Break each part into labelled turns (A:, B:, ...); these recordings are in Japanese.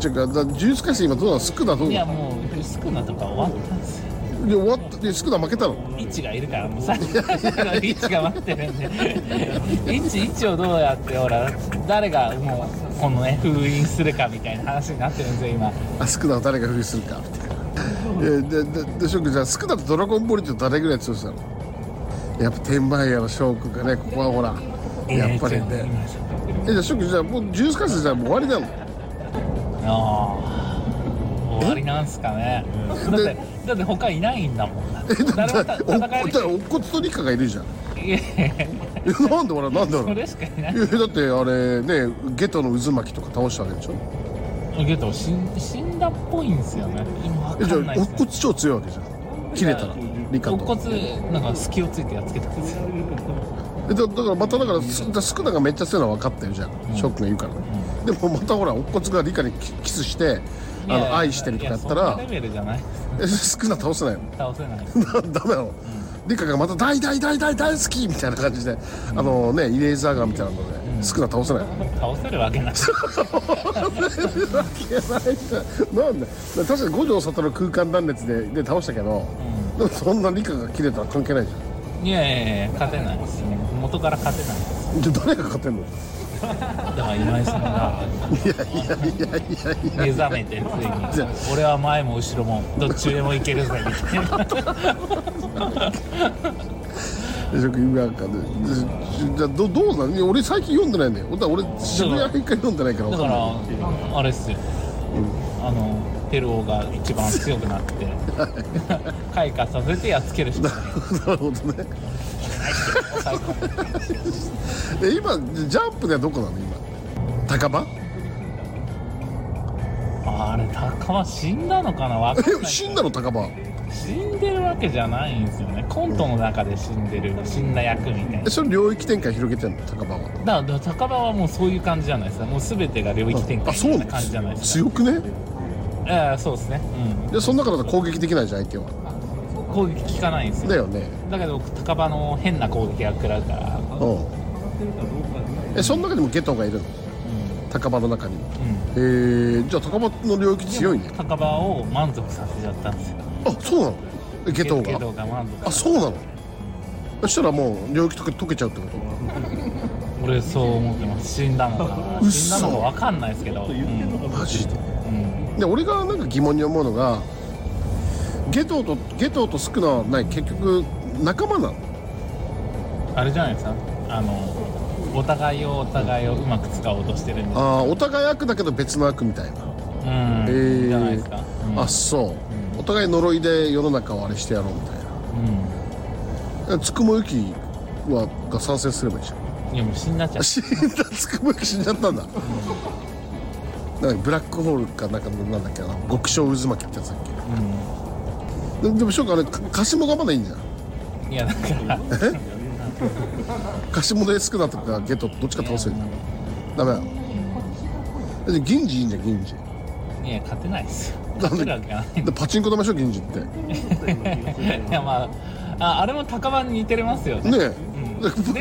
A: ちゃうからだから呪術廻戦今どうなのスクダどう
B: い
A: な
B: や
A: の
B: もうスクナとか終わったんですよ
A: いや終わったでスクダ負けたの
B: イッチがいるからもう最初からイッチが待ってるんでイッチイッチをどうやってほら誰がもうこのね封印するかみたいな話になってるんですよ今
A: あスクダを誰が封印するかみたいなえででで翔くんじゃあスクダとドラゴンボールって誰ぐらい強さなのやっぱ天満屋の翔くんがねここはほらやっぱり
B: えー
A: ね
B: 今ちょっとやってる
A: えじゃあ翔くんじゃあもう呪術廻戦じゃあもう終わりなの
B: ああ終わりなんすかねだってだって他いないんだもんな誰もた
A: おだ
B: 戦える
A: からお骨とリカがいるじゃん
B: いやいやいや
A: えなんで俺なんで
B: そ
A: 俺
B: れしかいない
A: いやだってあれねゲトの渦巻きとか倒したわけでしょ
B: ゲト死ん死んだっぽいんですよね今わ
A: えじ
B: か
A: ゃあ
B: んない
A: お
B: っすね
A: 骨超強いわけじゃん切れたらリカ
B: 肋
A: と
B: 骨なんか隙をついてやっつけたんですよ
A: えだだからまただからすだからスクナがめっちゃ強いのは分かってるじゃん、ショックが言うからね、でもまたほらお骨がリカにキキスしてあ
B: いやい
A: の
B: や
A: 愛してるとかやった
B: いやそんな
A: ら
B: レベルじゃない
A: えスクナ倒せないの
B: 倒せない
A: ダメなの、リカがまた大大大大大好きみたいな感じで、あのねイレーザーガンみたいなので、スクナ倒せないの
B: 倒せるわけない
A: わけないじゃんなんだ確かに五条悟の空間断裂でで倒したけど、でもそんな理科が切れたら関係ないじゃ
B: いやいやいや勝てないですね元から勝てないです
A: んじゃあ誰が勝てんのい
B: だから今井さんが
A: やいやいやいやいや
B: 目覚めてついに俺は前も後ろもどっちへも行けるぜみたいな
A: 職員なんかねじゃあどどうなんいや俺最近読んでないんだよ俺俺渋谷一回読んでないから
B: だ
A: 分
B: か
A: んない
B: らあれっすよ、あのテルオが一番強くなって開花させてやっつけるしかない
A: なるほどね
B: 最高
A: え今ジャンプではどこなの今高場
B: あれ鷹は死んだのかなわかんない
A: え死んだの高場
B: 死んでるわけじゃないんですよねコントの中で死んでる死んだ役みたいな
A: えそれ領域展開広げてんの高場は
B: だから高場はもうそういう感じじゃないですかもう全てが領域展開
A: あ
B: み
A: そ
B: たいうな感じじゃ
A: な
B: ない
A: の
B: ですか
A: 強くね
B: ええそうですね
A: でその中だと攻撃できないじゃん相手は
B: うん攻撃効かないんですよ
A: だよね
B: だけど高場の変な攻撃が食らうから
A: うんえその中にもゲトがいるの
B: う
A: 高場の中にも
B: んうん
A: えー、じゃあ高場の領域強いね
B: 高場を満足させちゃったんですよ
A: あそうなのえゲト
B: ゲ
A: が
B: トが満足
A: あそうなのそしたらもう領域とか溶けちゃうってこと
B: 俺そう思ってます死んだのかな
A: 嘘
B: 死んだのかわかんないですけど、うん
A: マジで
B: うん
A: で俺がなんか疑問に思うのがゲトとゲトとスクナはない結局仲間なの
B: あれじゃないですかあのお互いをお互いをうまく使おうとしてるんで
A: あーお互い悪だけど別の悪みたいな、
B: うん、
A: えー
B: じゃないですか、うん
A: あそうお互い呪いで世の中をあれしてやろうみたいなつくもゆきはが参戦すればいいじゃん
B: うん、いやもう死んだっちゃう
A: 死んだつくばき死んじゃったんだなんかブラックホールかなんかなんだっけな極小渦巻きってやつだっけ、ででも翔くんあれかカシモがまだいいんじゃん
B: いやだ から
A: カシモでスクナとかゲトどっちか倒せるんだダメだえで銀次いいんじゃん銀次
B: いや勝てないですよ
A: なん
B: 勝
A: で
B: てるわけがない
A: でパチンコ玉でしょ銀次ってね
B: いやまあああれも高場に似てますよ
A: え
B: ね、
A: で
B: で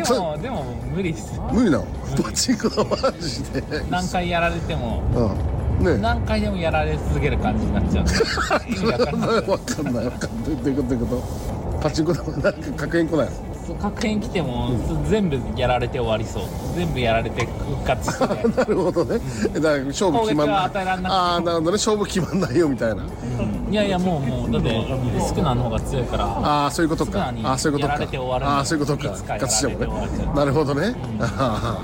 A: パ
B: もでも無理っすよ
A: 無理なのパチンコ玉マジで
B: 何回やられても
A: うん ねえ
B: 何回でもやられ続ける感じになっちゃう意味わかんな
A: 分かん
B: い
A: ない分かんないどういうことどういうことパチンコ玉なんか確変来ないの
B: そう確変来ても全部やられて終わりそう全部やられて復活して
A: なるほどね。だから勝負決まんない。
B: 攻撃は与えらんなくて
A: ああー、なるほどね。勝負決まんないよみたいな。
B: いやいやもうもうだってスクナの方が強いから
A: ああ、そういうこと
B: 素直
A: か。
B: に
A: ああ、そういうこと
B: やられて終わ
A: か。
B: るんだよ
A: ああー、そういうことか。
B: いつかやられ
A: 勝
B: て
A: つ
B: 終わっちゃ
A: ね。
B: う
A: なるほどね。あはは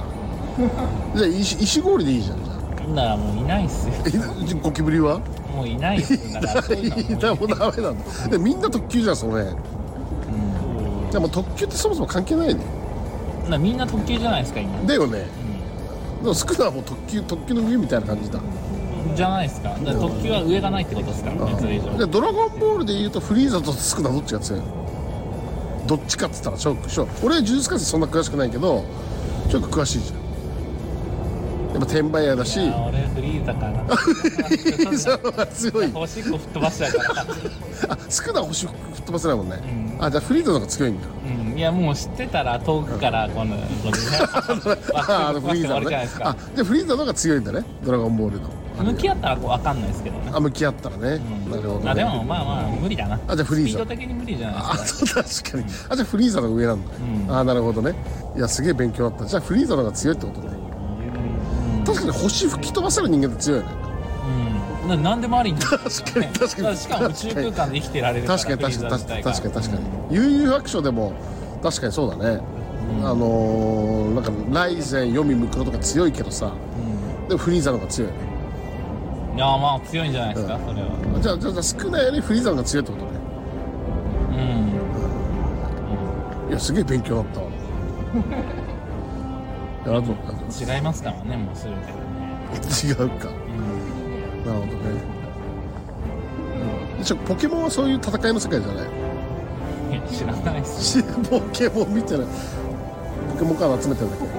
A: じゃあ石石氷でいいじゃん。じゃあ
B: だからもういないっすよ
A: えゴキブリは？
B: もういないっすよだからそういうのはもういな
A: いや
B: い
A: もうダメなんだ。でみんな特急じゃんそれ。でも特急ってそもそも関係ないね。
B: なみんな特急じゃないですか今
A: だよね。でも少なはもう特急特急の上みたいな感じだ。
B: じゃないですかだから特急は上がないってことですからねそれ以上
A: でドラゴンボールで言うとフリーザとスクナどっちが強いのどっちかっつったらショックショック俺は呪術廻戦そんな詳しくないけどショック詳しいじゃんやっぱ転売屋だし
B: いや俺フリーザかな
A: フリーザの方が強い
B: おしっこ吹っ飛ばしちゃうから
A: あスクナ星吹っ飛ばせないもんね、あじゃあフリーザの方が強いんだ
B: うんいやもう知ってたら遠くからこのこのね
A: ああのフリーザ
B: わ
A: の
B: かって終わりじゃない
A: ね
B: ですか
A: あでフリーザの方が強いんだねドラゴンボールのある
B: 向き合ったらこう分かんないですけどね
A: あ向き合ったらね、なるほど、ね、
B: あでもまあまあ無理だな
A: あじゃあフリーザ
B: スピード的に無理じゃない
A: あそう確かにあじゃあフリーザの方が上なんだ、
B: うん
A: あなるほどねいやすげえ勉強だったじゃあフリーザの方が強いってことね確かに星吹き飛ばせる人間って強いよね
B: うんな何でもありに
A: 確かに確かに
B: しかも宇宙空間で生きてられるから
A: 確かに確かに確かに確かに
B: に
A: 確かに悠々白書でも確かにそうだね、あのー、なんか雷禅黄泉ムクロとか強いけどさでもフリーザの方が強いよね
B: いやまあ強いんじゃないですか、
A: うん
B: それは
A: じゃあじゃあじゃあ少ないよりフリーザの方が強いってことね
B: うん
A: いやすげえ勉強だったわいやあとあと
B: 違いますからねもう全てがね
A: 違うか
B: うん
A: なるほどね、ちょポケモンはそういう戦いの世界じゃない
B: いや知らないっす
A: しポケモン見てないポケモンカード集めてるだけ